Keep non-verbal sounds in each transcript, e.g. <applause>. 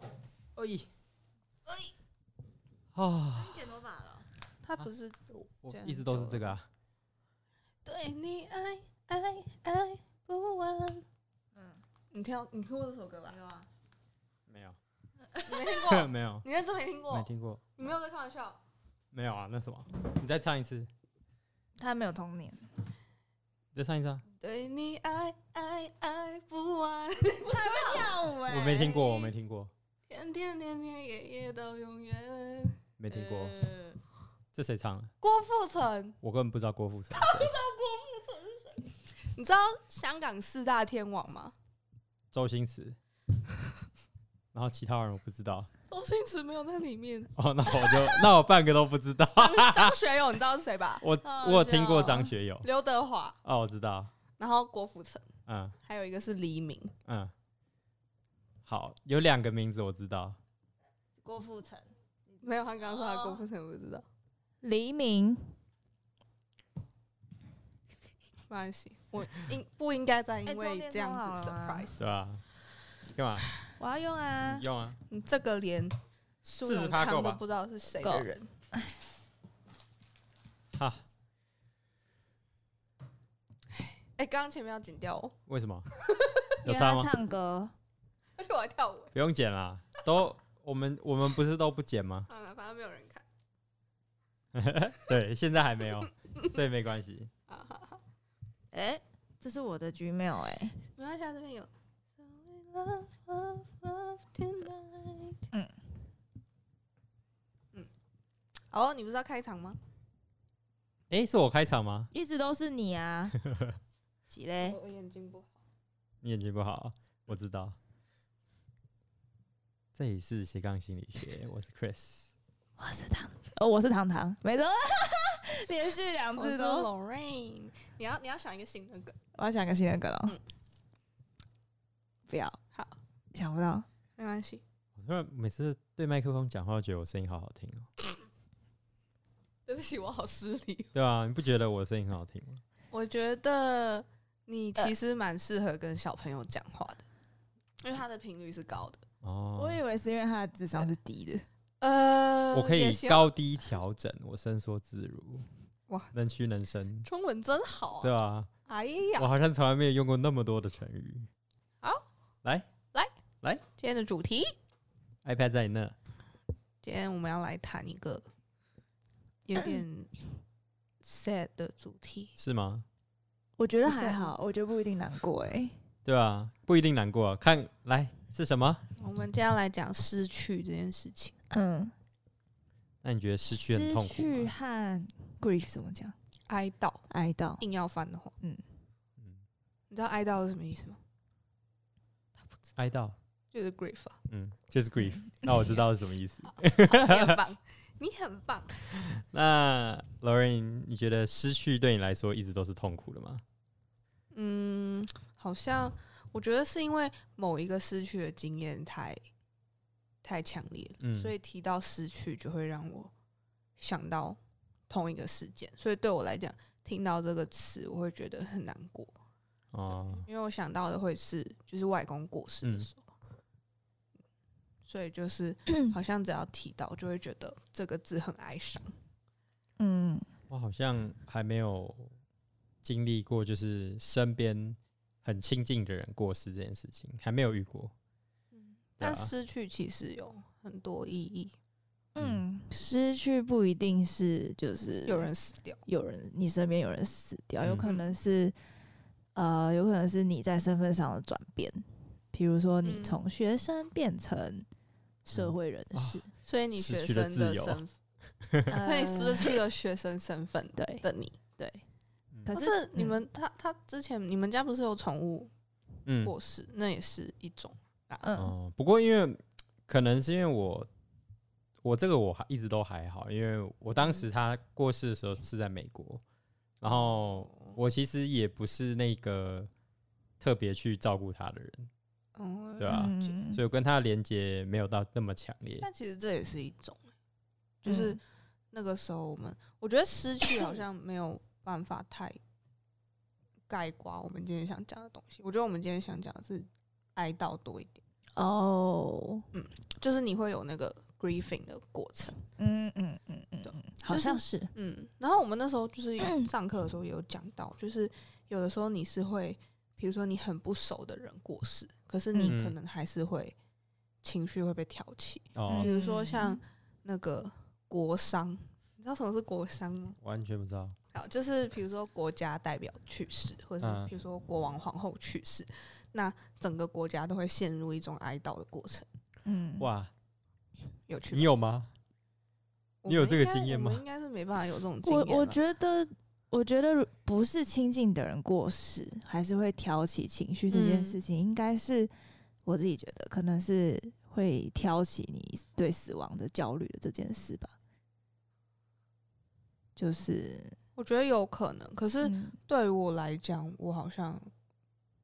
哎，哎，你啊，剪头发了？他不是我这样一直都是这个啊。对你爱爱爱不完。嗯，你听过你听过这首歌吧没？有啊，没有，你没听 <laughs> 过？没有，你认真没听没过？听过，你没有在开玩笑？没有啊？那什么，你再唱一次，他没有童年。你再唱一次啊！对你爱爱爱不完，跳舞哎我没听过，我没听过，天天年年夜夜到永远。没听过，呃这谁唱的？郭富城，我根本不知道郭 <laughs> 富城是谁，你知道香港四大天王吗？周星驰，然后其他人我不知道。周星驰没有在里面。 <laughs> 哦，那我就那我半个都不知 <laughs> 道。张学友，你知道是谁吧？我好我有听过笑张学友，刘德华，哦，我知道，然后郭富城，嗯还有一个是黎明。嗯，好，有两个名字我知道，郭富城、没有，他刚刚说他郭富城不知道，黎明，没关系，我应不应该再因哎为这样充电子充好了吗 surprise？对吧？干嘛？我要用啊你！用啊！你嗯这个连素人40%看够都吧不知道是谁的人，哈，哎，刚刚前面要剪掉哦，为什么？有你差要吗？唱歌，而且我还跳舞哎，不用剪啦，都我们我们不是都不剪吗？算了，反正没有人看。对， <laughs> 现在还没有，所以没关系。好好好，哎，这是我的 Gmail 哎，没关系啊，这边有。So we love, love, love tonight 嗯嗯哦，你不是要开场吗？诶，是我开场吗？一直都是你 <laughs> 啊，几嘞？我眼睛不好。你眼睛不好，我知道。这里是斜杠心理学，我是 Chris。我是糖，哦，我是糖糖，没错， <laughs> 连续两我是次都。哦 Lorraine，你要你要想一个新的梗，我要想个新的梗了嗯，不要，好，想不到，没关系。我突然每次对麦克风讲话，觉得我声音好好听哦、对不起，我好失礼。对啊，你不觉得我的声音很好听吗？我觉得你其实蛮适合跟小朋友讲话的，因为他的频率是高的。哦，我以为是因为他的智商是低的，呃，我可也以行高低调整，我伸缩自如，哇，能屈能伸，中文真好、对啊。吧、哎呀，我好像从来没有用过那么多的成语。好，来今天的主题， ，iPad 在你那，今天我们要来谈一个有 <clears throat> 点 sad 的主题。是吗？我觉得不是还好，我觉得不一啊定难过哎。对啊，不一定难过啊。看来是什么？我们接下来讲失去这件事情，嗯，那你觉得失去很痛苦失去吗？和 grief 怎么讲？哀悼，哀悼。硬要翻的话，嗯，你知道哀悼是什么意思吗？哀悼，就是 grief <laughs> 啊，嗯，就是 grief。那我知道是什么意 <laughs> 思。你很棒，你很棒。那 Lauren，你觉得失去对你来说一直都是痛苦的吗？嗯，好像我觉得是因为某一个失去的经验太太强烈了，嗯所以提到失去就会让我想到同一个事件，所以对我来讲，听到这个词我会觉得很难过，哦，因为我想到的会是就是外公过世嗯的时候，所以就是 <clears throat> 好像只要提到就会觉得这个字很哀伤。嗯，我好像还没有经历过，就是身边很亲近的人过世这件事情，还没有遇过。对但啊失去其实有很多意义，嗯，失去不一定是就是有人死掉，有人你身边有人死掉，嗯有可能是呃，有可能是你在身份上的转变，比如说你嗯从学生变成社会人哦士，所以你失学去了生自的由身呃所以失去了学生身份对的你。对嗯。可可是是你们他他之前你们家不是有宠物嗯，过世，那也是一种。嗯哦，不过因为可能是因为我我这个我还一直都还好，因为我当时他过世的时候是在美国，然后我其实也不是那个特别去照顾他的人，哦，对啊嗯所以我跟他的连接没有到那么强烈。但其实这也是一种，欸就是嗯那个时候我们，我觉得失去好像没有办法太概括我们今天想讲的东西。我觉得我们今天想讲的是哀悼多一点。哦，嗯，就是你会有那个 grieving 的过程。嗯嗯嗯嗯对嗯，好就是像是，嗯，然后我们那时候就是 <clears throat> 有上课的时候也有讲到，就是有的时候你是会，比如说你很不熟的人过世，可是你嗯可能还是会情绪会被挑起，哦比，如说像嗯那个国殇，你知道什么是国殇吗？完全不知道。好，就是比如说国家代表去世，或者嗯是比如说国王、皇后去世，那整个国家都会陷入一种哀悼的过程。嗯，哇，有趣吧，你有哦吗？我你有们这应个该经验我们吗应该是没办法有这种经我验啦。啊我觉得，我觉得如不是亲近的人过世，还是会挑起情绪这件嗯事情，应该是我自己觉得，可能是会挑起你对死亡的焦虑的这件事吧。就是，我觉得有可能，可是嗯对于我来讲，我好像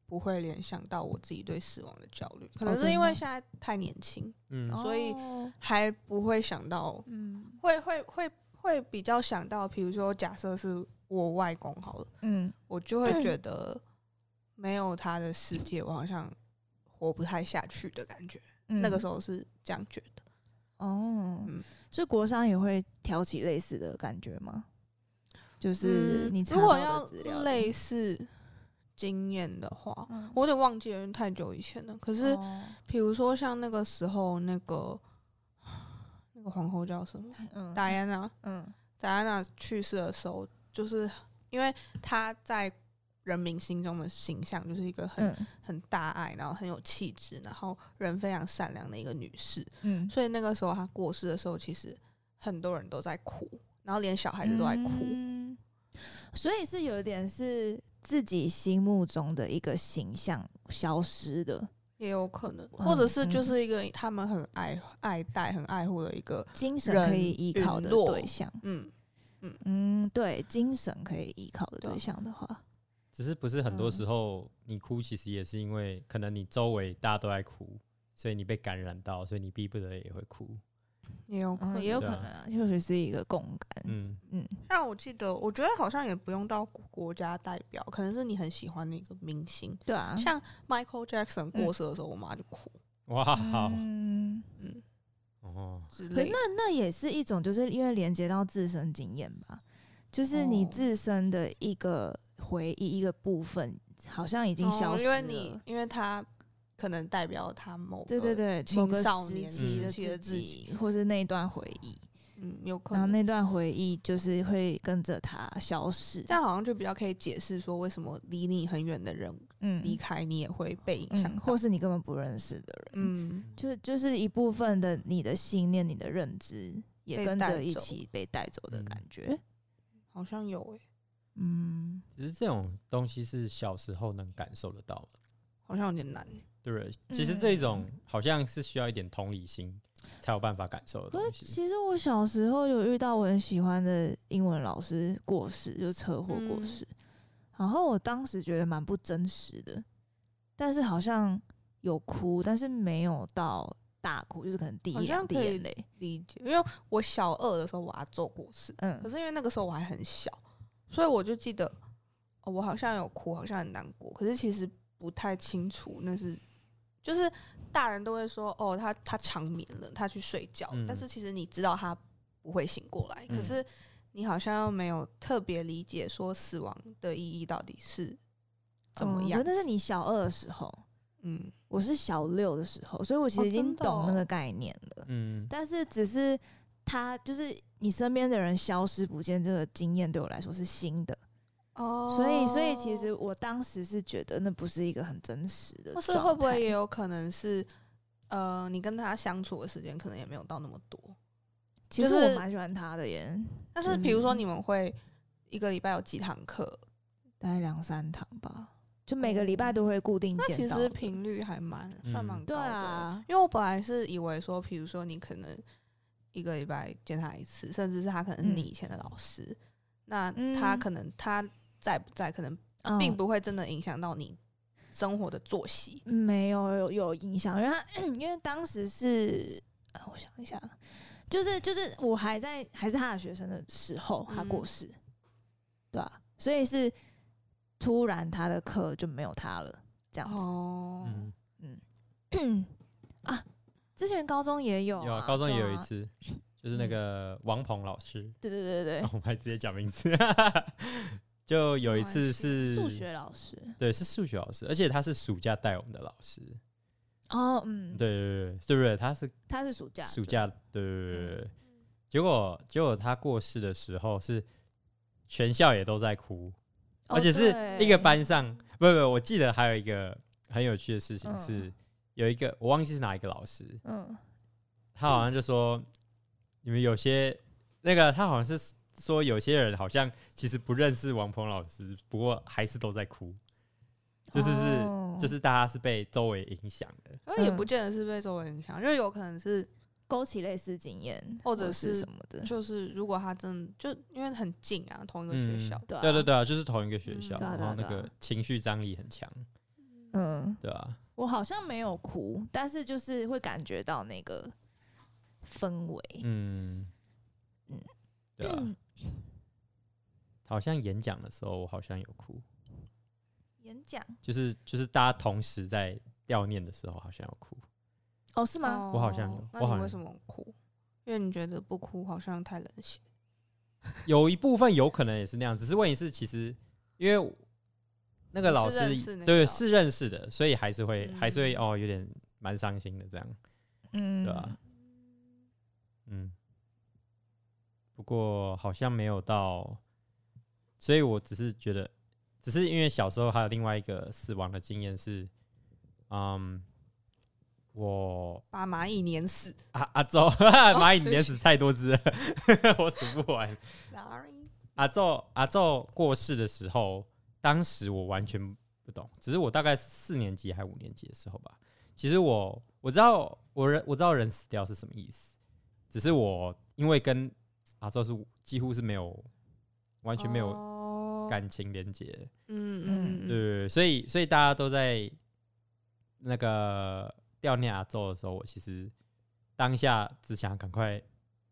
不会联想到我自己对死亡的焦虑，可哦能真是的因为吗现在太年轻，嗯，所以哦还不会想到，嗯会会会会比较想到，比如说假设是我外公好了，嗯我就会觉得没有他的世界，我好像活不太下去的感觉。那个时候候是这样觉得，嗯哦嗯，是国商也会挑起类似的感觉吗？就是你查嗯如果到要的资料里类似经验的话，嗯我有点忘记了，因为太久以前了。可是。哦比如说像那个时候那个那个皇后叫什么？嗯戴安娜，嗯戴安娜去世的时候，就是因为她在人民心中的形象就是一个很、嗯很大爱，然后很有气质，然后人非常善良的一个女士。嗯所以那个时候她过世的时候，其实很多人都在哭，然后连小孩子都在哭。嗯所以是有一点是自己心目中的一个形象消失的，也有可能，嗯或者是嗯就是一个他们很爱爱戴、很爱护的一个，精神可以人依靠陨的落对象。嗯，嗯，对，精神可以依靠的对啊对象的话，只是不是很多嗯时候你哭，其实也是因为可能你周围大家都在哭，所以你被感染到，所以你逼不得已也会哭。也有可能，嗯，也有可对啊能啊，或许是一个共感。嗯，嗯像我记得，我觉得好像也不用到国国家代表，可能是你很喜欢的一个明星。对啊，像 Michael Jackson 过世的时候，我妈就哭，哇，啊好嗯，嗯哦，之可类的是那。那也是一种，就是因为连接到自身经验吧，就是你哦自身的一个回忆一个部分，好像已经消哦失因了。为你，因为他可能代表他呃某个对对，对，青某个少时年期时期的的自己，或是那一段回忆，嗯，有可然后能。那段回忆就是会跟着他消失。这样好像就比较可以解释说，为什么离你很远的人嗯离开你也会被影响嗯，到或。是你根本不认识的人，嗯，就就是一部分的你的信念、你的认知也被跟带着一走起被带走的嗯感觉。好像有欸诶、嗯，只是这种东西是小时候能感受得到的，好像有点难、欸。对不对？其实嗯这种好像是需要一点同理心才有办法感受的可东是西。其实我小时候有遇到我很喜欢的英文老师过世，就车祸过嗯世，然后我当时觉得蛮不真实的，但是好像有哭，但是没有到大哭，就是可能滴好两像滴可以眼泪。理解，因为我小二的时候我阿做过世，嗯可，是因为那个时候我还很小，所以我就记得、哦我好像有哭，好像很难过，可是其实不太清楚那是，就是大人都会说哦，他他长眠了，他去睡觉了，嗯但是其实你知道他不会醒过来，嗯可是你好像又没有特别理解说死亡的意义到底是怎么嗯样可子、是那是你小二的时候，嗯我是小六的时候，所以我其哦实已经真的懂那哦个概念了，嗯，但是只是他就是你身边的人消失不见，这个经验对我来说是新的。哦所以，所以其实我当时是觉得那不是一个很真实的或状是态，会不会也有可能是呃，你跟他相处的时间可能也没有到那么多。其实就我是蛮喜欢他的耶，但是比如说嗯你们会一个礼拜有几堂课，大概两三堂吧，就每个礼拜都会固定哦那见其到实的。频率还蛮嗯算蛮高对的。啊，因为我本来是以为说，比如说你可能一个礼拜见他一次，甚至是他可能是你嗯以前的老师，那他嗯可能他在不在，可能嗯并不会真的影响到你生活的作息。没有有有印象，因为他 <clears throat> 因为当时是，啊我想一下，就是就是我还在还是他的学生的时候，他嗯过世，对啊，所以是突然他的啊课就没有他了，这样子。哦，嗯，啊，之前高中也有、啊，有啊高中也有对一啊， <laughs> 次，就是那个王鹏老师，对对对对哦我们还直接讲名字，就有一次是对，数学老师，对，是数学老师，而且他是暑假带我们的老师。哦，嗯，对，对对，对不对？他是他是暑假，嗯暑假，对对对对对。结果结果他过世的时候是全校也都在哭，哦而且是一个，班对上，不不，我记得还有一个很有趣的事情嗯是，有一个我忘记是哪一个老师，嗯，他好像就说你们有些那个他好像是说有些人好像其实不认识王鹏老师，不过还是都在哭，就是是、哦就是大家是被周围影响的。因为也不见得是被周围影响，就有可能是勾起类似经验，或或者是是什么的，就是如果他真的就因为很近啊，同一个学校，对啊对对对啊，就是同一个学校，嗯对啊然后那对啊对啊个情绪张力很强，嗯，对啊，我好像没有哭，但是就是会感觉到那个氛围，嗯，嗯对啊。好像演讲的时候，我好像有哭，演讲就是就是大家同时在悼念的时候，好像有哭。哦，是吗？哦我好像有那我好你像为什么哭？因为你觉得不哭好像太冷血。有一部分有可能也是那样，只是问题是，其实因为那个你是老师认识那个对老是认识的，所以还是会、还是会嗯哦，有点蛮伤心的这样，嗯对啊？嗯，不过好像没有到，所以我只是觉得，只是因为小时候还有另外一个死亡的经验是，嗯，我啊把蚂蚁碾死阿阿周 <laughs> 蚂蚁哦对不碾起死太多只了， <laughs> 我数不完。 ，sorry，阿昼阿昼过世的时候，当时我完全不懂，只是我大概四年级还五年级的时候吧。其实我我知道我人我知道人死掉是什么意思，只是我因为跟阿昼是几乎是没有完完全没有有感情连接的，哦嗯嗯嗯，对，所以所以大家都在那个悼念阿昼的时候，我其实当下只想赶快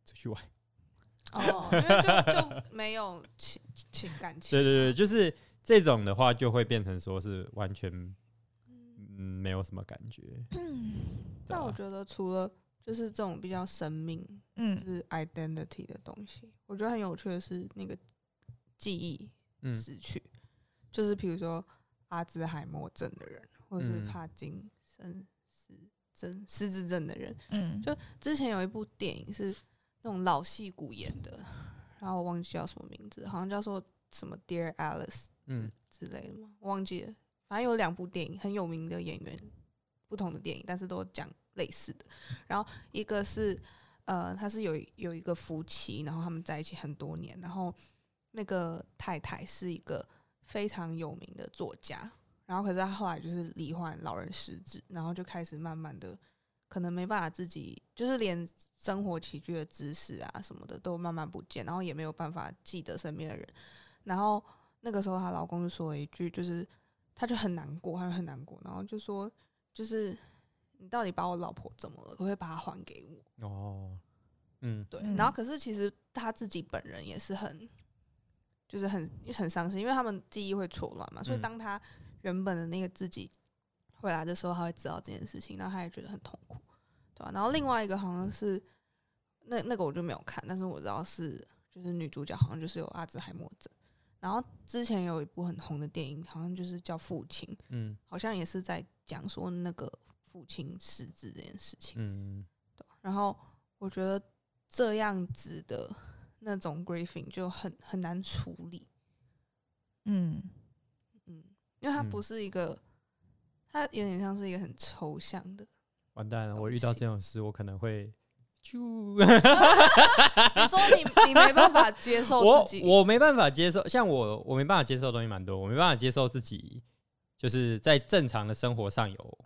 出去玩。哦，因为就就没有情情感情，啊对对对，就是这种的话，就会变成说是完全嗯没有什么感觉。对嗯但我啊觉得除了就是这种比较生命，就嗯，是 identity 的东西，我觉得很有趣的是那个记忆嗯失去，就是比如说阿兹海默症的人，或者是嗯帕金森氏症、失智症的人。嗯，就之前有一部电影是那种老戏骨演的，然后我忘记叫什么名字，好像叫做什么 Dear Alice 嗯之类的嘛，我忘记了。反正有两部电影很有名的演员，不同的电影，但是都讲类似的。然后一个是呃，他是有一有一个夫妻，然后他们在一起很多年，然后那个太太是一个非常有名的作家，然后可是他后来就是罹患老人失智，然后就开始慢慢的可能没办法自己，就是连生活起居的知识啊什么的都慢慢不见，然后也没有办法记得身边的人。然后那个时候她老公就说了一句，就是他就很难过，他就很难过，然后就说就是你到底把我老婆怎么了？可不可以把她还给我？哦，嗯对，嗯然后可是其实他自己本人也是很，就是很很伤心，因为他们记忆会错乱嘛，所以嗯当他原本的那个自己回来的时候，他会知道这件事情，然后他也觉得很痛苦，对吧、然后另外一个好像是那那个我就没有看，但是我知道是就是女主角好像就是有阿兹海默症，然后之前有一部很红的电影，好像就是叫《父亲》，嗯好像也是在讲说那个父亲失智这件事情。嗯然后我觉得这样子的那种 grieving 就很很难处理，嗯嗯，因为它嗯不是一个，它有点像是一个很抽象 <laughs> 的，完蛋了，东我遇到西这种事，我可能会就 <laughs> 你说你你没办法接受我自己，我没办法接受，像我我没办法接受的东西蛮多，我没办法接受自己就是在正常的生活上有。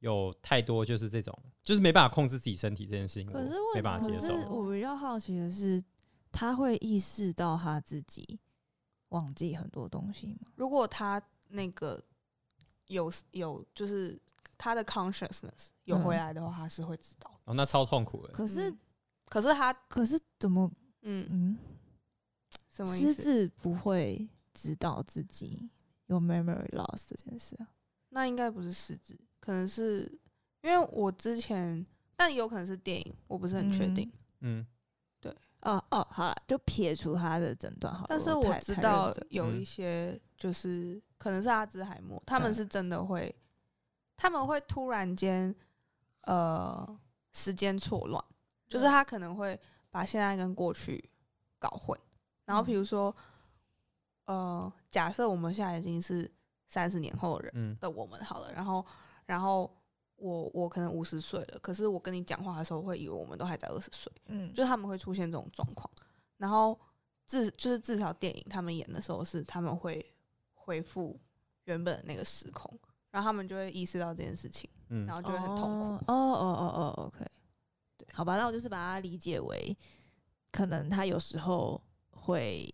有太多就是这种，就是没办法控制自己身体这件事情，可是我问没办法可接受。是我比较好奇的是，他会意识到他自己忘记很多东西吗？如果他那个有有就是他的 consciousness 有回嗯来的话，他是会知道的，哦，那超痛苦的。可是、嗯可是他可是怎么嗯嗯，什么意失思？智不会知道自己有 memory loss 这件事啊？那应该不是失智，可能是因因为我之前，但有可能是电影，我不是很确定。嗯，哦哦，好了，就撇除他的诊断好了。但是太我太知认道真有一嗯些就是可能是阿兹海默，他们嗯是真的会，他们会突然间呃时间错乱，就是嗯他可能会把现在跟过去搞混。然后比嗯如说，呃，假设我们现在已经是三十年后的人嗯的我们好了，然后然后我我可能五十岁了，可是我跟你讲话的时候会以为我们都还在二十岁。嗯，就是他们会出现这种状况。然后至就是至少电影他们演的时候是他们会恢复原本的那个时空，然后他们就会意识到这件事情，嗯然后就会很痛苦。哦哦哦哦哦，OK，对好吧，那我就是把它理解为，可能他有时候会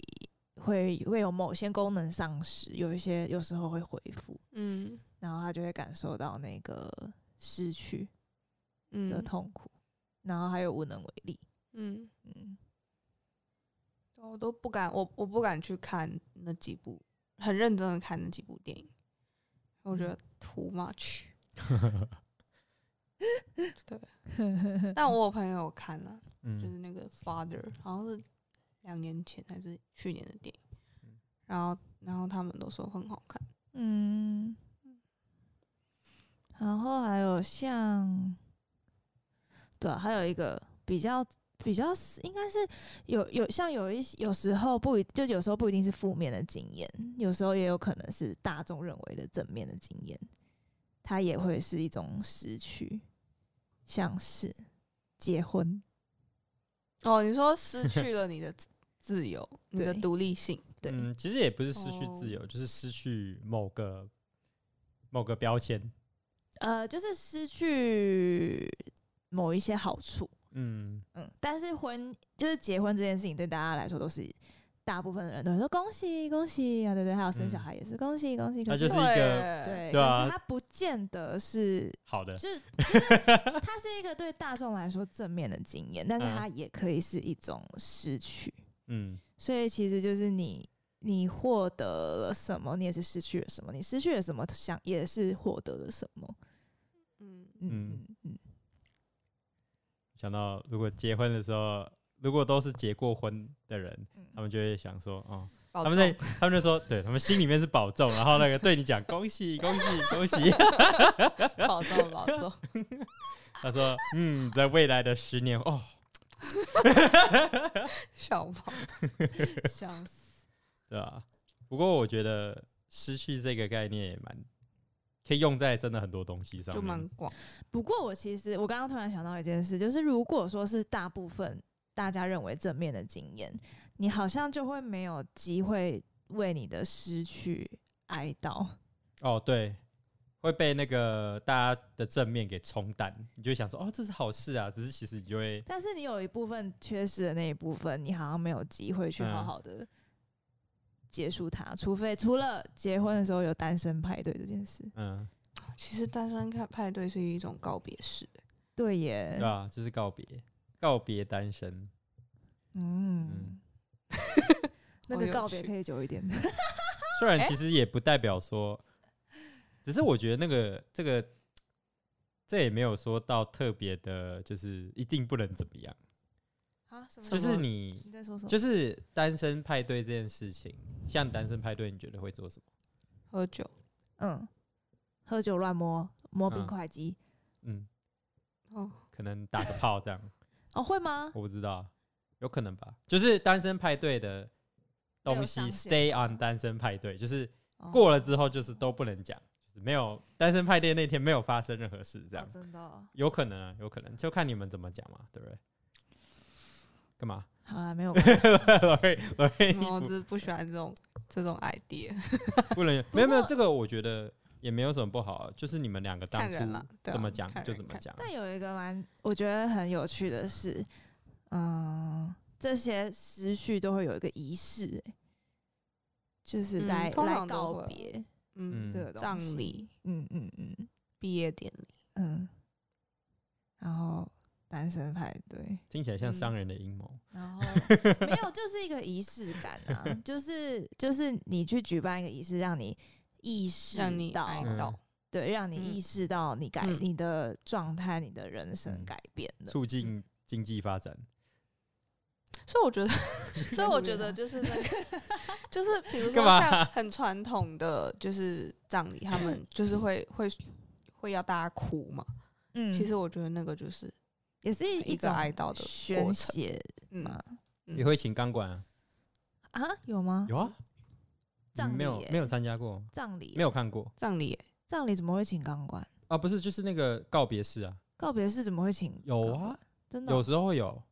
会会有某些功能丧失，有一些有时候会恢复，嗯然后他就会感受到那个失去的嗯痛苦，然后还有无能为力。嗯，嗯，我都不敢，我我不敢去看那几部，很认真的看那几部电影，我嗯觉得 too <laughs> much。对， <laughs> 但我有朋友有看啊了，就嗯是那个 Father，好像是两年前还是去年的电嗯影，然后然后他们都说很好看，嗯，然后还有像，对啊、还有一个比较比较是应该是有有像有一些有时候不一就有时候不一定是负面的经验，有时候也有可能是大众认为的正面的经验，它也会是一种失去，像是结婚，哦，你说 <laughs> 失去了你的自自由，你的对独立性，对，嗯，其实也不是失去自由，哦就是失去某个某个标签。呃，就是失去某一些好处。嗯嗯，但是婚就是结婚这件事情，对大家来说都是大部分的人都会说恭喜恭喜啊，对对，还有生小嗯孩也是、恭喜恭喜。可那就是一对个对，对啊可是它不见得是，好的就，是就是 <laughs> 它是一个对大众来说正面的经验，但是嗯它也可以是一种失去。嗯所以其实就是你你获得了什么，你也是失去了什么；你失去了什么，想也是获得了什么。嗯，嗯嗯嗯，想到如果结婚的时候，如果都是结过婚的人，嗯他们就会想说，哦，保他们在重他们就说，对他们心里面是保重，然后那个对你讲恭喜恭喜恭喜， <laughs> 保重保重，他说，嗯，在未来的十年，哦，小 <laughs> 宝，笑死。对啊。不过我觉得失去这个概念也蛮可以用在真的很多东西上就面，蛮广，不过我其实我刚刚突然想到一件事，就是如果说是大部分大家认为正面的经验，你好像就会没有机会为你的失去哀悼。哦，对，会被那个大家的正面给冲淡，你就会想说，哦，这是好事啊，只是其实你就会，但是你有一部分缺失的那一部分，你好像没有机会去好嗯好的结束它，除非除了结婚的时候有单身派对这件事。嗯，其实单身派派对是一种告别式，对耶，对啊，就是告别，告别单身，嗯， <laughs> 嗯那好个有告别趣可以久一点。虽然其实也不代表说，只是我觉得那个这个这也没有说到特别的，就是一定不能怎么样，啊，什就是你你在说什么？就是单身派对这件事情，像单身派对，你觉得会做什么？喝酒，嗯，喝酒乱摸摸冰嗯块机、嗯，哦，可能打个炮这样，哦，会吗？我不知道，有可能吧。就是单身派对的东西没有上，stay 限 on 单身派对，就是哦过了之后就是都不能讲，就是没有单身派对那天没有发生任何事这样哦。真的哦、有可能啊，有可能，就看你们怎么讲嘛，对不对？干嘛？ <laughs> 好啦，没有老黑，老黑，嗯我只是不喜欢这种这种 idea，不能，不没有没有，过这个我觉得也没有什么不好啊，就是你们两个当看初人了，对啊怎么讲看就人怎么看讲啊。但有一个蛮我觉得很有趣的是，嗯、这些时序都会有一个仪式欸、就是嗯来、通来常都告会别嗯嗯，这个东葬西。礼、嗯嗯嗯毕业典礼，嗯，然后单身派对，听起来像嗯商人的阴谋。然 <laughs> 后没有，就是一个仪式感啊，就是就是你去举办一个仪式，让你意识让你到哀嗯悼，对，让你嗯意识到你改、嗯你的状态、你的人生嗯改变了。促进经济发展。所以我 <laughs> 觉得，所以我觉得在录音啊就是那个， <laughs> 就是比如干说嘛像很传统的，就是葬礼，他 <clears throat> 们就是会会会要大家哭嘛。嗯，其实我觉得那个就是也是一一个种哀悼的宣过程，泄嗯，嘛、嗯也会请钢管啊？啊？有吗？有啊，你葬礼没有耶没有参加过，葬礼哦没有看过葬礼耶葬礼怎么会请钢管？啊？不是，就是那个告别式啊，告别式怎么会请？有啊，，真的哦、有时候会有，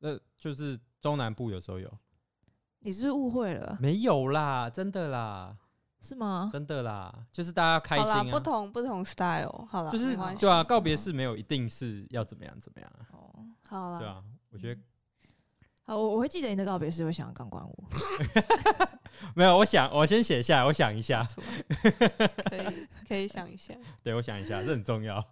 呃，就是中南部有时候有，你是不是误会了？ <laughs> 没有啦，真的啦，是吗？真的啦，就是大家开好心啦，啊，不同不同 style，好啦，就是没关系嗯对啊，告别式没有一定是要怎么样怎么样啊，哦，好啦，对啊，我觉得嗯好，我我会记得你的告别式会想到钢管舞。没有，我想我先写下来，我想一下，不错可以可以想一下。对我想一下，这很重要。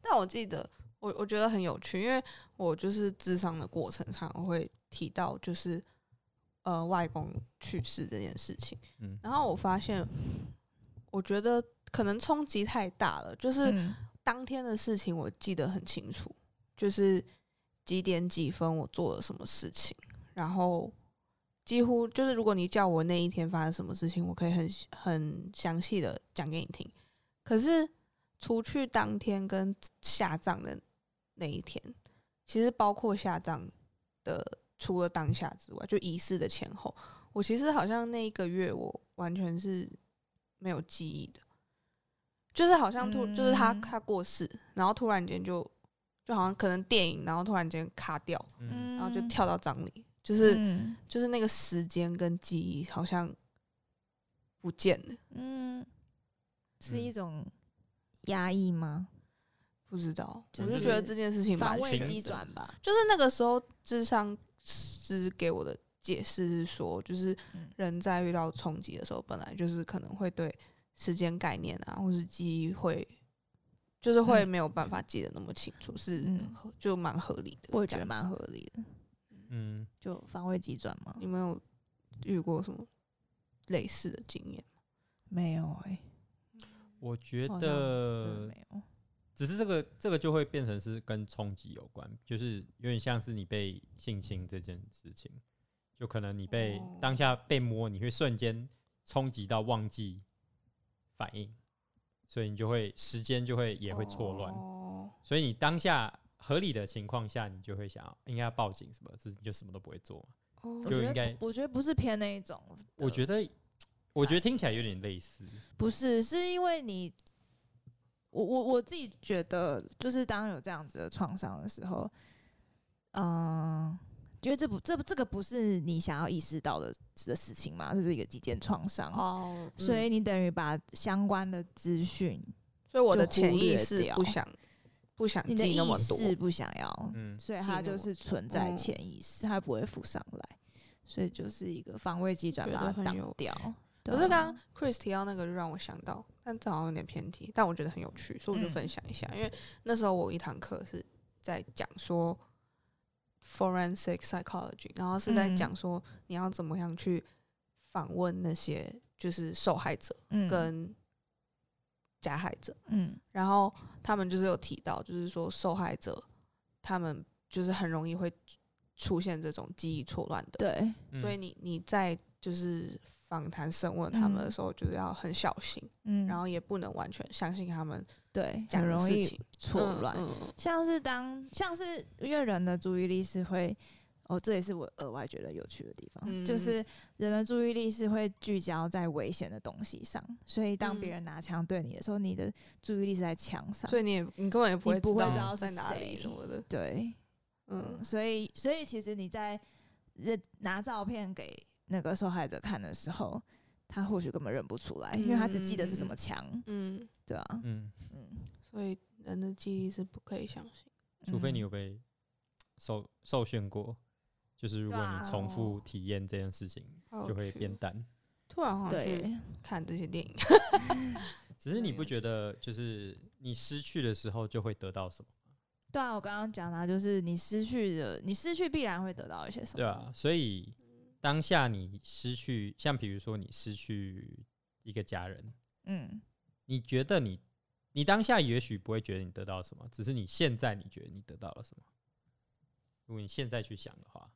但我记得，我我觉得很有趣，因为我就是智商的过程上，我会提到就是呃外公去世这件事情，嗯，然后我发现，我觉得可能冲击太大了， <laughs> 就是嗯当天的事情我记得很清楚，就是几点几分我做了什么事情，然后几乎就是如果你叫我那一天发生什么事情，我可以很很详细的讲给你听。可是除去当天跟下葬的那一天，其实包括下葬的，除了当下之外，就仪式的前后，我其实好像那一个月我完全是没有记忆的，就是好像突、就是他嗯他过世，然后突然间就就好像可能电影，然后突然间卡掉，嗯，然后就嗯跳到葬礼，就是、嗯就是那个时间跟记忆好像不见了，嗯，是嗯一种压抑吗？不知道，就我就是觉得这件事情防蛮卫悬机的转吧。就是那个时候智商师给我的解释是说，就是嗯人在遇到冲击的时候，本来就是可能会对时间概念啊，或是记忆会，就是会嗯没有办法记得那么清楚，是嗯合就蛮合理的。我也觉得这样蛮子合理的，嗯，就防卫机转吗？你们有遇过什么类似的经验？没有哎、我觉好像真的得没有。只是这个这个就会变成是跟冲击有关，就是有点像是你被性侵这件事情，就可能你被、哦当下被摸，你会瞬间冲击到忘记反应，所以你就会时间就会也会错乱，哦所以你当下合理的情况下，你就会想要应该要报警什么，这你就什么都不会做嘛。哦我就觉应得该不我觉得不是偏那一种的，我觉得我觉得听起来有点类似，不是，是因为你，我我我自己觉得，就是当有这样子的创伤的时候，嗯、觉得这不这不这个不是你想要意识到的的事情嘛，这是一个极简创伤，哦，嗯所以你等于把相关的资讯，所以我就的忽潜意略识掉不想不想你的记意那么多，识不想要，哦嗯，所以记它那就么是存在嗯潜意识，它不会浮上来，所以就是一个防卫机转觉把得它很挡有掉。可对是啊刚刚 Chris 提到那个，就让我想到，但这好像有点偏题，但我觉得很有趣，所以我就嗯分享一下。因为那时候我有一堂课是在讲说 forensic psychology，然后是在嗯讲说你要怎么样去访问那些就是受害者嗯跟加害者，嗯然后他们就是有提到，就是说受害者他们就是很容易会出现这种记忆错乱的对所以嗯你你在就是访谈审问他们的嗯时候，就是要很小心，嗯，然后也不能完全相信他们对讲很的容事易情，错乱。嗯嗯像是当像是因为人的注意力是会，哦，这也是我额外觉得有趣的地方，嗯就是人的注意力是会聚焦在危险的东西上，所以当别嗯人拿枪对你的时候，你的注意力是在枪上。所以你也你根本也不你会不会知道道在是哪里谁什么的，对，嗯所以所以其实你在认拿照片给那个受害者看的时候，他或许根本认不出来，因为他只记得是什么枪，嗯，对啊，嗯，嗯，所以人的记忆是不可以相信，除非你嗯有被受受训过，就是如对果啊你重复哦体验这件事情，好有就会趣变哦淡。突然好像去对，看这些电影，只是那你有不趣觉得，就是你失去的时候就会得到什么，嗯对啊，我刚刚讲的，就是你失去的，你失去必然会得到一些什么，对吧、啊？所嗯以当下你失去，像比如说你失去一个家人，嗯，你觉得你，你当下也许不会觉得你得到什么，只是你现在你觉得你得到了什么。如果你现在去想的话，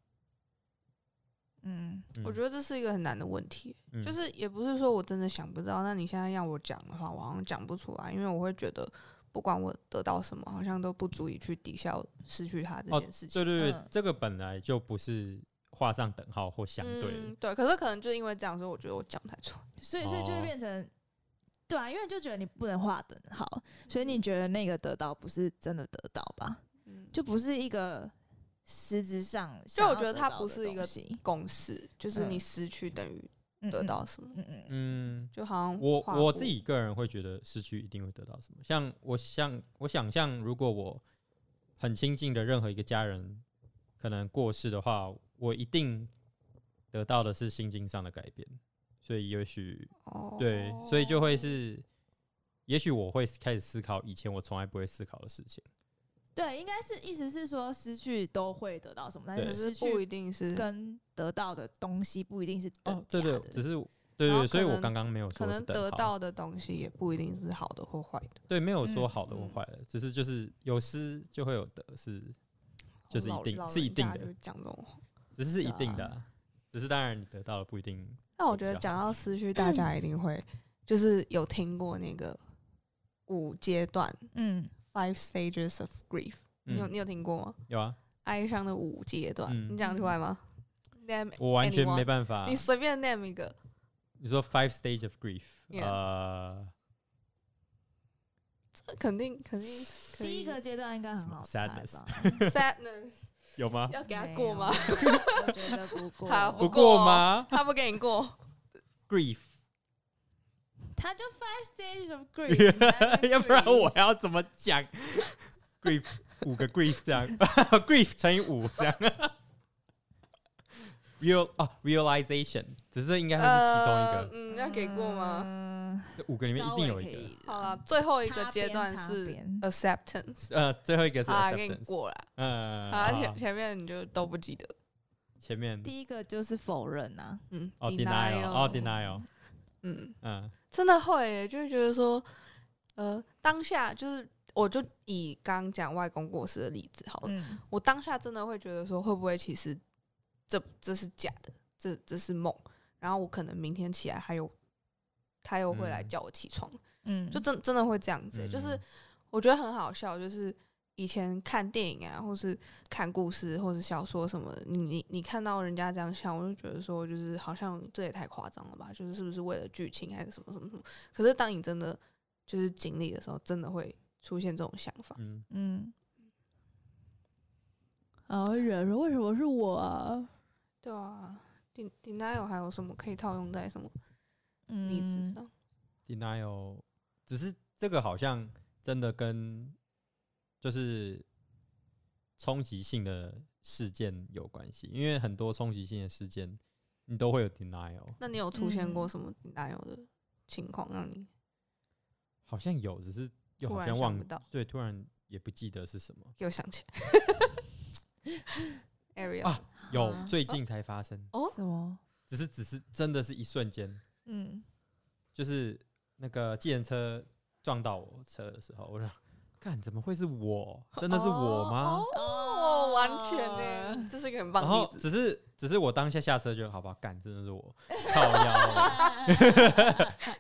嗯，我觉得这是一个很难的问题，得就是也不是说我真的想不到。那你现在要我讲的话，我好像讲不出来，因为我会觉得不管我得到什么，好像都不足以去抵消失去他这哦件事情。对对对，嗯这个本来就不是画上等号或相对的。嗯，对。可是可能就是因为这样，所以我觉得我讲不太出来。所以所以就哦会变成，对啊，因为就觉得你不能划等号，所以你觉得那个得到不是真的得到吧？嗯，就不是一个实质上，就我觉得它不是一个公式就是你嗯失去等于得得，到什么，嗯嗯嗯嗯，就好像我画我布自己个人会觉得失去一定会得到什么。像我想，我想象如果我很亲近的任何一个家人可能过世的话，我一定得到的是心境上的改变。所以也许哦，对，所以就会是，也许我会开始思考以前我从来不会思考的事情。对，应该是意思是说失去都会得到什么，但对是可是失不一去定是跟得到的东西不一定是等价哦对对的，，只是对然后对，所以可我能刚刚没有说可是能等得号到的东西也不一定是好的或坏的。对，没有说嗯好的或嗯坏的，只是就是有失就会有得，是就是一老定老是一人家定的就讲这种话。只是是一对定啊的啊、只是当然你得到了不一定。 <laughs> 那我比觉得较讲好到思绪，大家一定会就是有听过那个五阶段嗯 （Five Stages of Grief），你有嗯，你有听过吗？有啊，哀伤的五阶段，嗯啊你讲出来吗？Name，我完全 anyone 没办法。你随便 name 一个，你说 five stage of grief， Yeah 呃，这肯定肯定可以第一个阶段应该很好猜吧 Sadness？ <laughs> sadness 有吗？要给他没过有吗？ <laughs> 我觉得不过，好不不过过吗他不给你过， ？grief，他就 five stages of <laughs> grief， <laughs> 要不然我要怎么讲 grief？五个 grief 这样 <laughs> ，grief 乘以五这样。real 啊，realization，只是应该会是其中一呃个，嗯，要给过吗？吗？嗯这五个里面一定有一个。个好了，最后一个擦阶边段擦是边 acceptance 呃，最后一个是啊，给你 acceptance，过了。嗯，好，好前前面你就都不记得，前面第一个就是否认啊，嗯，哦 denial，哦 denial，嗯，嗯真的会耶，就是觉得说，呃，当下就是，我就以刚讲外公过世的例子好了，嗯我当下真的会觉得说，会不会其实这这是假的，这这是梦，然后我可能明天起来还有他又会来嗯叫我起床，嗯，就真真的会这样子耶，欸就是嗯我觉得很好笑，就是以前看电影啊，或是看故事，或是小说什么的，你你你看到人家这样想，我就觉得说，就是好像这也太夸张了吧，就是是不是为了剧情还是什么什么什么？可是当你真的就是经历的时候，真的会出现这种想法。嗯，嗯。然后人说：“为什么是我啊对啊，你你哪有还有什么可以套用在什么？”例子嗯，上？ denial，只是这个好像真的跟就是冲击性的事件有关系，因为很多冲击性的事件你都会有 denial，那你有出现过嗯什么你哪有的情况让你好像有，只是又突好然像想忘不到？对，突然也不记得是什么。给我想起来，Ariel 啊有啊最近才发生，哦什么？只是只是真的是一瞬间，嗯，就是那个计程车撞到我车的时候，我说。干怎么会是我？真的是我吗？哦，哦 <laughs> 完全 <laughs> 呢，这是一个很棒然的后例子。只是只是我当下下车就好吧，干真的是我 <laughs> 靠腰，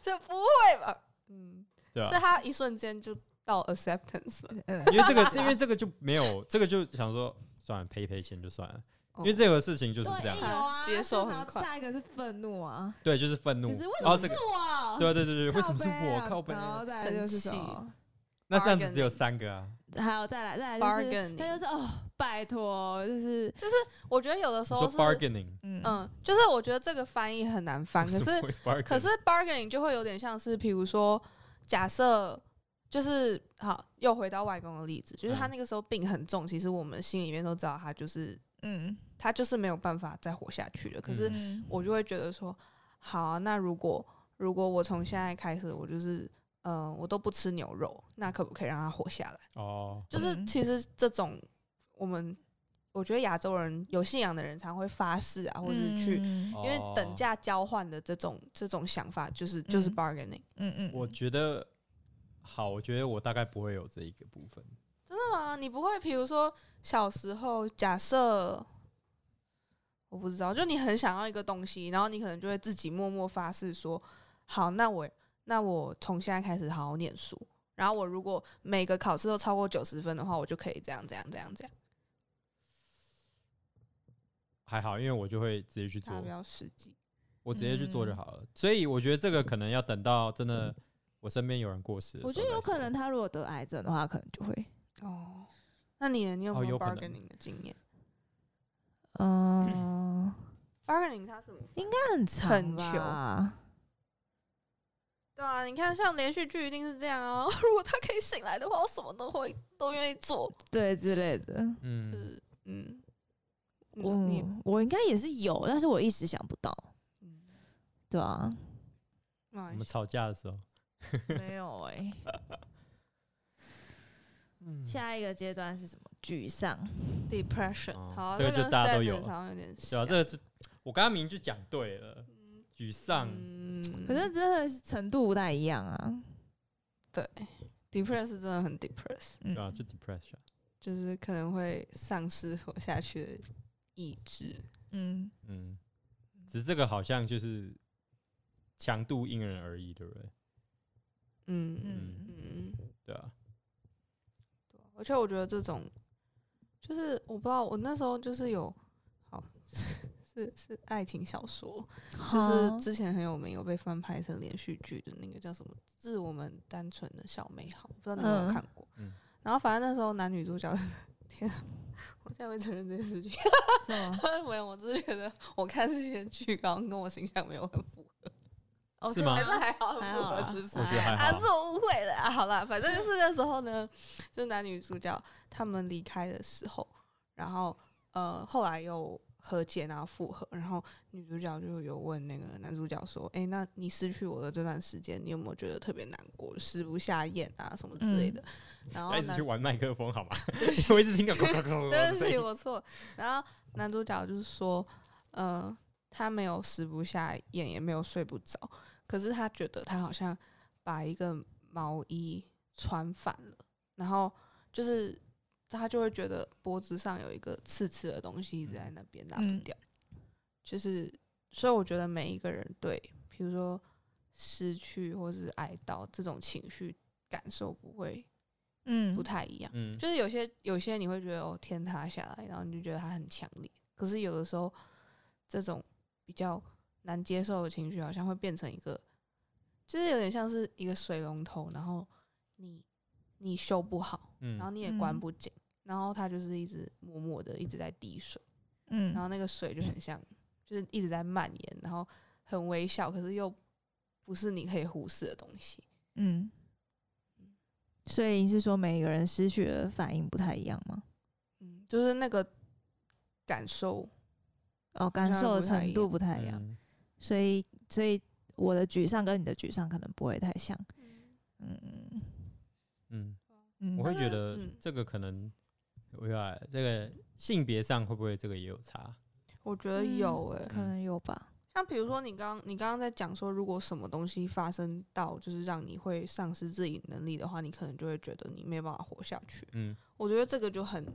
这不会吧？嗯，对啊吧、所以他一瞬间就到 acceptance 了。因为这个，因为这个就没有，这个就想说算了，赔一赔钱就算了，因为这个事情就是这样对，有啊，接受就很然后快下一个是愤怒啊，对，就是愤怒，就是为什然后么这是个，我？对对对对，为什么是靠背我啊靠背？然后再来就是什么？那这样子只有三个啊，还有再来再来就是 Bargaining 他就是哦，拜托，就是我觉得有的时你候说是， bargaining，嗯嗯，就是我觉得这个翻译很难翻，啊可为什么是会 bargaining 可是 bargaining 就会有点像是，比如说假设。就是好，又回到外公的例子，就是他嗯那个时候病很重，其实我们心里面都知道他就是嗯，他就是没有办法再活下去了。可是嗯我就会觉得说，好啊，那如果如果我从现在开始，我就是嗯、呃我都不吃牛肉，那可不可以让它活下来？哦，就是嗯其实这种我们我觉得亚洲人有信仰的人常会发誓啊，或或者是去，嗯哦因为等价交换的这种这种想法，就是就是嗯 bargaining，、嗯嗯，哦我觉得好，我觉得我大概不会有这一个部分。真的吗？你不会，比如说小时候，假设我不知道，就你很想要一个东西，然后你可能就会自己默默发誓说，好，那我那我从现在开始好好念书，然后我如果每个考试都超过九十分的话，我就可以这样这样这样这样，还好，因为我就会直接去做他，比较实际。我直接去做就嗯好了。所以我觉得这个可能要等到真的我身边有人过世的时候嗯我再觉说，得有可能他如果得癌症的话，可能就会，哦，那你呢？你有哦没有可能 bargaining 的经验、嗯， b a r g a i n i n g 它什么？应该很长很吧？对啊，你看像连续剧一定是这样啊。 <laughs> 如果他可以醒来的话，我什么都会都愿意做。对之类的。嗯，嗯，你我你我应该也是有，但是我一时想不到，嗯，对啊，没我关们系吵架的时候，没有哎、嗯，下一个阶段是什么？沮丧。 depression，哦好，啊这个跟就大家都有 sadness 好像有点对啊，像。这个是我刚刚明明就讲对了，沮丧，嗯，可是真的是程度不太一样啊。对，depress 真的很 depress，嗯对啊，就 depression。就是可能会丧失活下去的意志。嗯，嗯，只是这个好像就是强度因人而异，对不对？嗯嗯嗯嗯，对啊，而且我觉得这种就是我不知道，我那时候就是有好 <laughs> 是是爱情小说，就是之前很有名，有被翻拍成连续剧的那个叫什么《致我们单纯的小美好》，不知道你有没有嗯看过？嗯然后反正那时候男女主角 <laughs> 就是，天啊，我现在会承认这件事情， <laughs> 什么？没有，我只是觉得我看这些剧，好像跟我形象没有很符合，哦是吗还是还好，还很符好合啦是不是我觉得还啊，好是。我误会了啊。好啦，反正就是那时候呢，就是男女主角他们离开的时候，然后呃后来又和解，然后复合，然后女主角就有问那个男主角说：“诶，那你失去我的这段时间，你有没有觉得特别难过，食不下咽啊什么之类的？”然不哦后要一直男嗯哎去玩麦克风好 <laughs> 吗？我一直听到咔咔咔咔对的不声起，音。我错了。然后男主角就是说，呃，他没有食不下咽，也没有睡不着，可是他觉得他好像把一个毛衣穿反了，然后就是他就会觉得脖子上有一个刺刺的东西一直在那边拿不嗯掉，就是所以我觉得每一个人对，比如说失去或是哀悼这种情绪感受不会嗯，不太一样。嗯，就是有些有些你会觉得哦天塌下来，然后你就觉得它很强烈。可是有的时候，这种比较难接受的情绪，好像会变成一个，就是有点像是一个水龙头，然后你你修不好，然后嗯，你也关嗯不紧，然后它就是一直默默的一直在滴水，嗯，然后那个水就很像，就是一直在蔓延，然后很微小，可是又不是你可以忽视的东西。嗯，所以你是说每个人失血的反应不太一样吗？嗯，就是那个感受，哦，感像受的不太一程度不太一样，嗯所以所以我的沮丧跟你的沮丧可能不会太像。嗯嗯嗯，嗯，我会觉那得嗯这个可能，我要这个性别上会不会这个也有差？我觉得有欸诶、嗯可能有吧。像比如说你刚你刚刚在讲说，如果什么东西发生到就是让你会丧失自己能力的话，你可能就会觉得你没有办法活下去。嗯，我觉得这个就很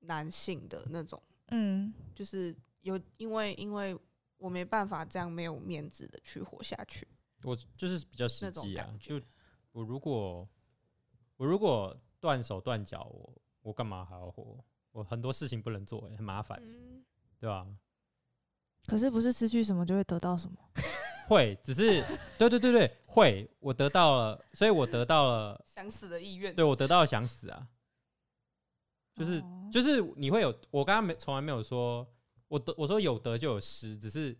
男性的那种，嗯就是有因为因为我没办法这样没有面子的去活下去。我就是比较实那种际啊感，就觉我如果我如果断手断脚，我我干嘛还要活？我很多事情不能做、欸，很麻烦，嗯，对吧、可是不是失去什么就会得到什么？会，只是 <laughs> 对对对对，会，我得到了，所以我得到了，想死的意愿。对我得到了想死啊，就是哦就是你会有，我刚刚没从来没有说，我得我说有得就有失，只是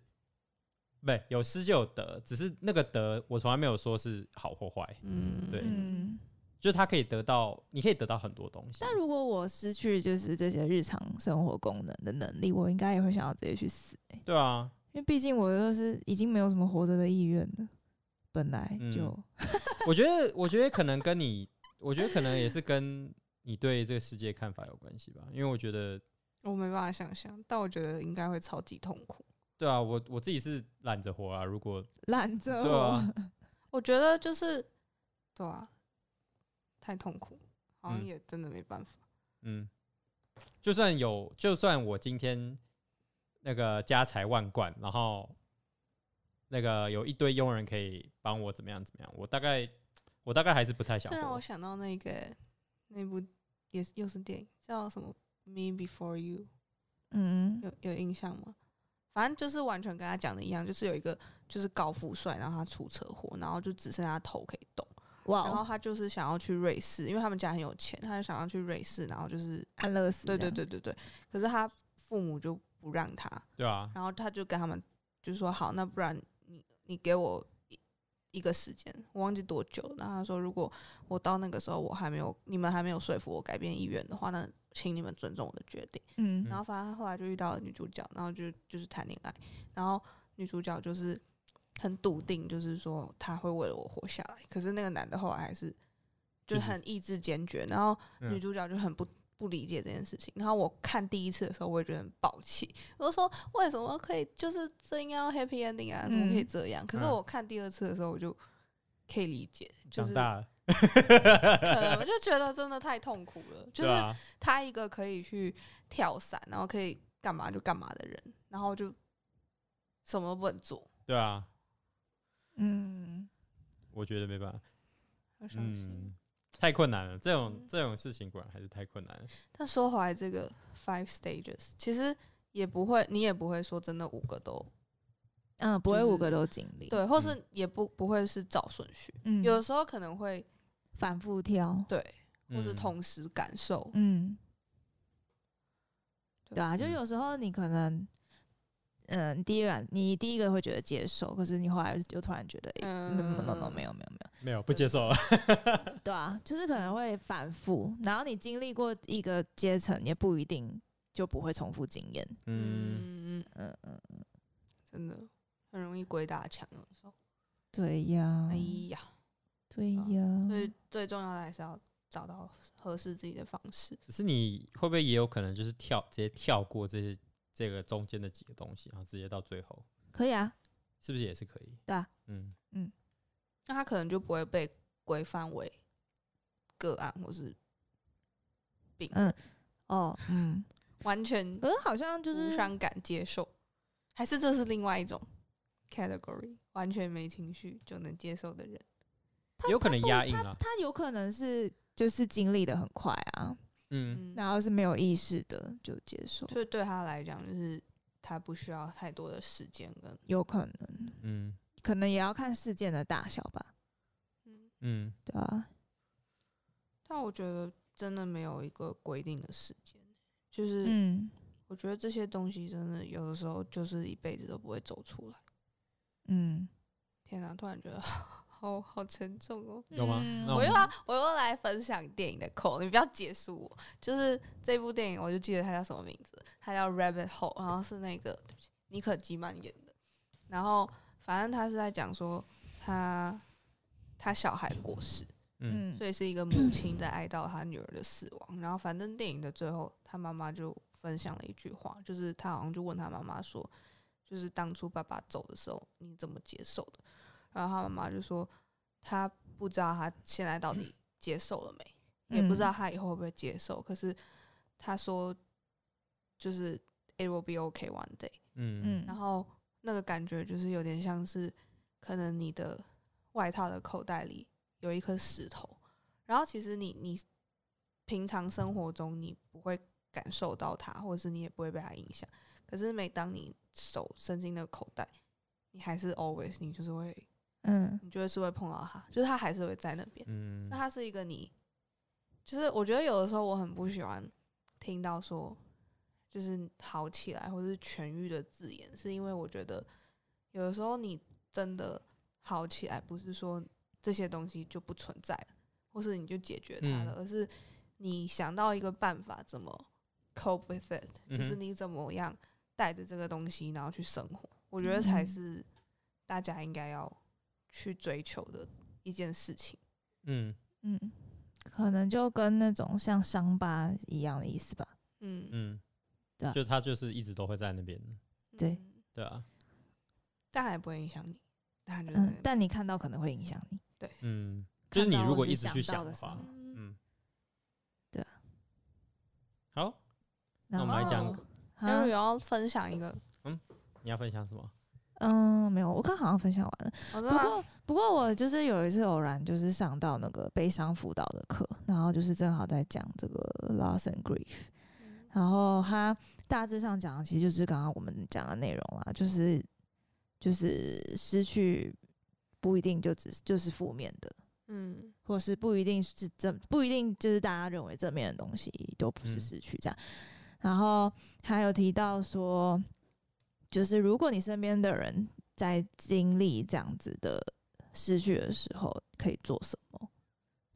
不对有失就有得，只是那个得我从来没有说是好或坏，嗯对嗯。就是它可以得到，你可以得到很多东西。但如果我失去就是这些日常生活功能的能力，我应该也会想要直接去死、欸，对啊，因为毕竟我就是已经没有什么活着的意愿了，本来嗯就、我觉得，我觉得可能跟你，我觉得可能也是跟你对这个世界看法有关系吧。因为我觉得我没办法想象，但我觉得应该会超级痛苦。对啊，我我自己是懒着活啊。如果懒着对啊，我觉得就是，对啊，太痛苦，好像嗯也真的没办法。嗯，就算有，就算我今天那个家财万贯，然后那个有一堆佣人可以帮我怎么样怎么样，我大概我大概还是不太想这让活我。想到那个那部也是又是电影，叫什么《Me Before You》。嗯，有有印象吗？反正就是完全跟他讲的一样，就是有一个就是高富帅，然后他出车祸，然后就只剩下头可以动，哇然后哦，他就是想要去瑞士，因为他们家很有钱，他就想要去瑞士，然后就是安乐死，对对，对对对，可是他父母就不让他，对啊，然后他就跟他们就说好，那不然你你给我一一个时间，我忘记多久了。然后他说，如果我到那个时候我还没有你们还没有说服我改变意愿的话，那请你们尊重我的决定。嗯然后反正他后来就遇到了女主角，然后就就是谈恋爱，然后女主角就是很笃定，就是说他会为了我活下来。可是那个男的后来还是就就是是很意志坚决，然后女嗯主角就很不。不理解这件事情，然后我看第一次的时候，我也觉得很抱歉，我就说为什么可以，就是这应该要 happy ending 啊，怎么可以嗯这样？可是嗯我看第二次的时候，我就可以理解，就长是大了，可能我就觉得真的太痛苦了，就是对啊，他一个可以去跳伞，然后可以干嘛就干嘛的人，然后就什么都不能做，对啊，嗯，我觉得没办法，好伤心。嗯，太困难了。这种嗯这种事情果然还是太困难了。但说回来，这个 five stages 其实也不会，你也不会说真的五个都嗯，不会就是五个都经历，，对，或是也不不会是照顺序，嗯，有的时候可能会反复跳，对，或是嗯，同时感受，嗯，对对啊，就有时候你可能，嗯，第一个你第一个会觉得接受，可是你后来就突然觉得，哎嗯，no no no no，没有没有没有，没有不接受了。对啊，就是可能会反复，然后你经历过一个阶层，也不一定就不会重复经验，嗯，嗯嗯，嗯嗯，嗯真的很容易鬼打墙，有的时候，对呀哎，呀，对啊呀，所以最重要的还是要找到合适自己的方式。只是你会不会也有可能就是跳直接跳过这些这个中间的几个东西，然后直接到最后，可以啊，是不是也是可以？对啊，嗯。那他可能就不会被规范为个案或是病，嗯哦，嗯，完全可是好像就无是伤感接受，还是这是另外一种 category，完全没情绪就能接受的人。他有可他能不压硬他啊他有可能是就是经历的很快啊，嗯，嗯，然后是没有意识的就接受，所以对他来讲，就是他不需要太多的时间跟有可能，嗯可能也要看事件的大小吧，嗯，嗯，对啊，但我觉得真的没有一个规定的时间，就是、嗯我觉得这些东西真的有的时候就是一辈子都不会走出来。嗯，天哪、突然觉得 <laughs> 好好沉重哦。有吗嗯那我啊们又要我又来分享电影的扣，你不要结束我。就是这部电影，我就记得它叫什么名字，它叫《Rabbit Hole》，然后是那个对不起尼可基曼演的。然后反正他是在讲说他他小孩过世，嗯嗯所以是一个母亲在哀悼她女儿的死亡。然后反正电影的最后，他妈妈就分享了一句话，就是他好像就问他妈妈说，就是当初爸爸走的时候，你怎么接受的？然后他妈妈就说，他不知道他现在到底接受了没，嗯也不知道他以后会不会接受。可是他说，就是 it will be okay one day。嗯然后那个感觉就是有点像是，可能你的外套的口袋里有一颗石头，然后其实你你平常生活中你不会感受到它，或者是你也不会被它影响，可是每当你手伸进那个口袋，你还是 always 你就是会嗯你就是会碰到它，就是它还是会在那边。嗯那它是一个你，就是我觉得有的时候我很不喜欢听到说就是好起来或是痊愈的字眼，是因为我觉得有的时候你真的好起来，不是说这些东西就不存在了，或是你就解决它了，嗯而是你想到一个办法怎么 cope with it，、嗯哼就是你怎么样带着这个东西然后去生活，我觉得才嗯是大家应该要去追求的一件事情。嗯嗯，可能就跟那种像伤疤一样的意思吧，嗯嗯，对对啊就他就是一直都会在那边，对嗯对啊，但还不会影响你，但还就嗯是，但你看到可能会影响你。嗯，就是你如果一直去想的看话到或，嗯嗯，对啊。好，那然我后们来讲哦，那啊我要分享一个，你要分享什么？嗯，没有，我刚好像分享完了。我知不道过，不过我就是有一次偶然就是上到那个悲伤辅导的课，然后就是正好在讲这个 loss and grief，然后他大致上讲的其实就是刚刚我们讲的内容啦，就是就是失去不一定就只就是负面的，嗯，或是不一定是正，不一定就是大家认为正面的东西都不是嗯失去这样。然后还有提到说，就是如果你身边的人在经历这样子的失去的时候，可以做什么？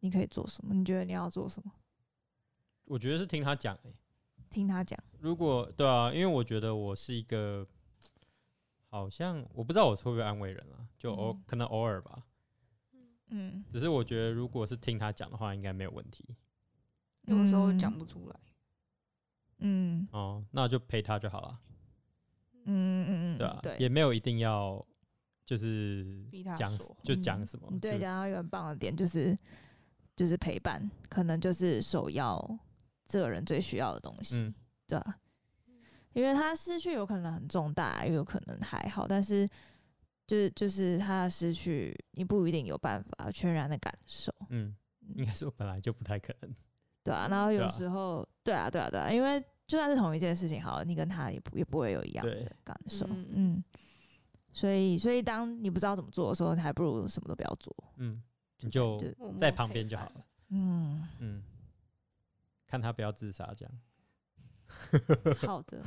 你可以做什么？你觉得你要做什么？我觉得是听他讲、欸，听他讲，如果对啊，因为我觉得我是一个，好像我不知道我会不会安慰人啊，就偶、嗯可能偶尔吧。嗯，只是我觉得如果是听他讲的话，应该没有问题有的时候讲嗯不出来，嗯哦，那就陪他就好了，嗯嗯嗯，对啊，也对，没有一定要就是逼他讲说就嗯讲什么，你对，就讲到一个很棒的点，就是就是陪伴，可能就是首要这个人最需要的东西。嗯对啊，因为他失去有可能很重大，也有可能还好，但是就是就是他的失去，你不一定有办法全然的感受，嗯，应该说本来就不太可能，对啊。然后对有啊时候，对啊，对啊，对啊，因为就算是同一件事情，好了，你跟他也不也不会有一样对的感受，嗯嗯。所以，所以当你不知道怎么做的时候，你还不如什么都不要做。嗯，你就就默默在旁陪边就伴好了，嗯， <laughs> 嗯，看他不要自杀这样。好的。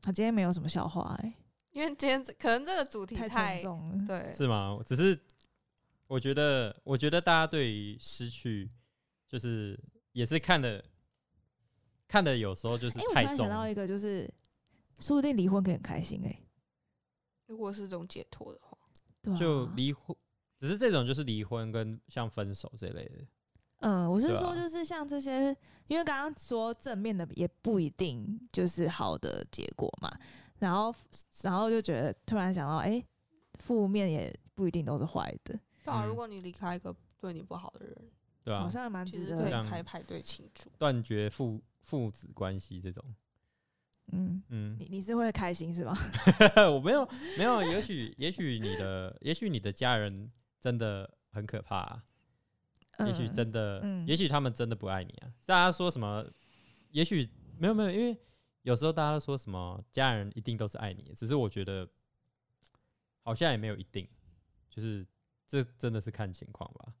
他今天没有什么笑话、欸，因为今天这可能这个主题太太沉重了。对，是吗？只是我觉得，我觉得大家对于失去，就是也是看的，看的有时候就是哎、我突太然重想到一个，就是说不定离婚可以很开心哎、如果是一种解脱的话，对、啊，就离婚。只是这种就是离婚跟像分手这类的，嗯，我是对说，啊就是像这些，因为刚刚说正面的也不一定就是好的结果嘛，然后然后就觉得突然想到，哎、负面也不一定都是坏的，对啊，如嗯果你离开一个对你不好的人，对啊吧、好像也蛮其值实得可对的，像以开派对庆祝。断绝父父子关系这种，嗯。嗯，你你是会开心是吗？ <laughs> 我没有没有，也许也许你的也许你的家人真的很可怕啊、也许嗯真的，嗯也许他们真的不爱你啊。大家说什么？也许没有没有，因为有时候大家说什么家人一定都是爱你的，只是我觉得好像也没有一定，就是这真的是看情况吧。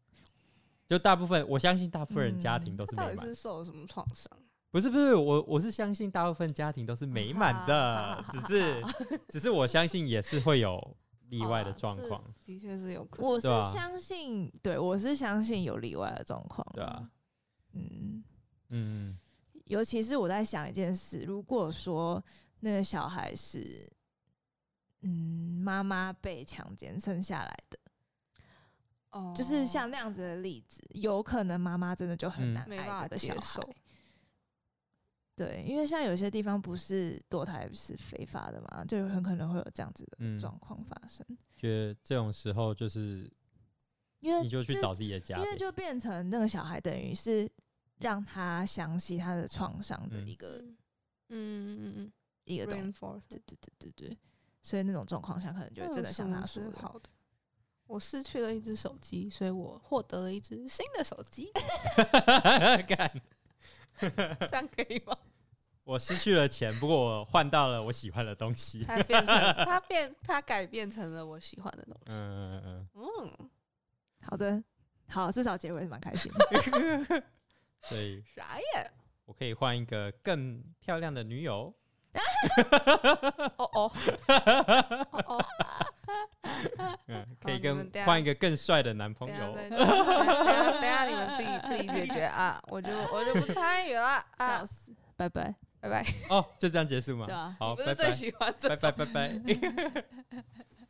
就大部分，我相信大部分人家庭嗯都他是到美底满，是受了什么创伤？不是不是，我我是相信大部分家庭都是美满的，只是只是我相信也是会有例好外啦的状是况，的确是有可能。我是对啊相信，对我是相信有例外的状况，对啊，嗯，嗯，尤其是我在想一件事，如果说那个小孩是，嗯，妈妈被强奸生下来的，哦就是像那样子的例子，有可能妈妈真的就很嗯难没爱办这法个小接孩。受，对，因为像有些地方不是堕胎是非法的嘛，就很可能会有这样子的嗯状况发生。觉得这种时候就是因为你就去找自己的家因呗，为就变成那个小孩等于是让他想起他的创伤的嗯一个、嗯嗯嗯嗯一个嗯东西。 ，reinforce 对对对对对，所以那种状况下可能就会那真有什的像么他嗯是说的，好的。我失去了一只手机，所以我获得了一只新的手机， <laughs> 干， <laughs> 这样可以吗？我失去了钱，不过我换到了我喜欢的东 <laughs> 西。它变成它变它改变成了我喜欢的东西。嗯嗯嗯，好的，好，至少结尾是蛮开心的。嗯嗯，所以啥耶？我可以换一个更漂亮的女友。哦哦哦哦，嗯，可以你跟们等下换一个更帅的男等朋一下友。再等一下等一下等一下你们自己自己解决啊，我就我就不参与了啊 <laughs> 笑，死，拜拜。拜拜。哦，就这样结束对吗啊？好，不拜是拜最，喜欢这拜拜，拜拜。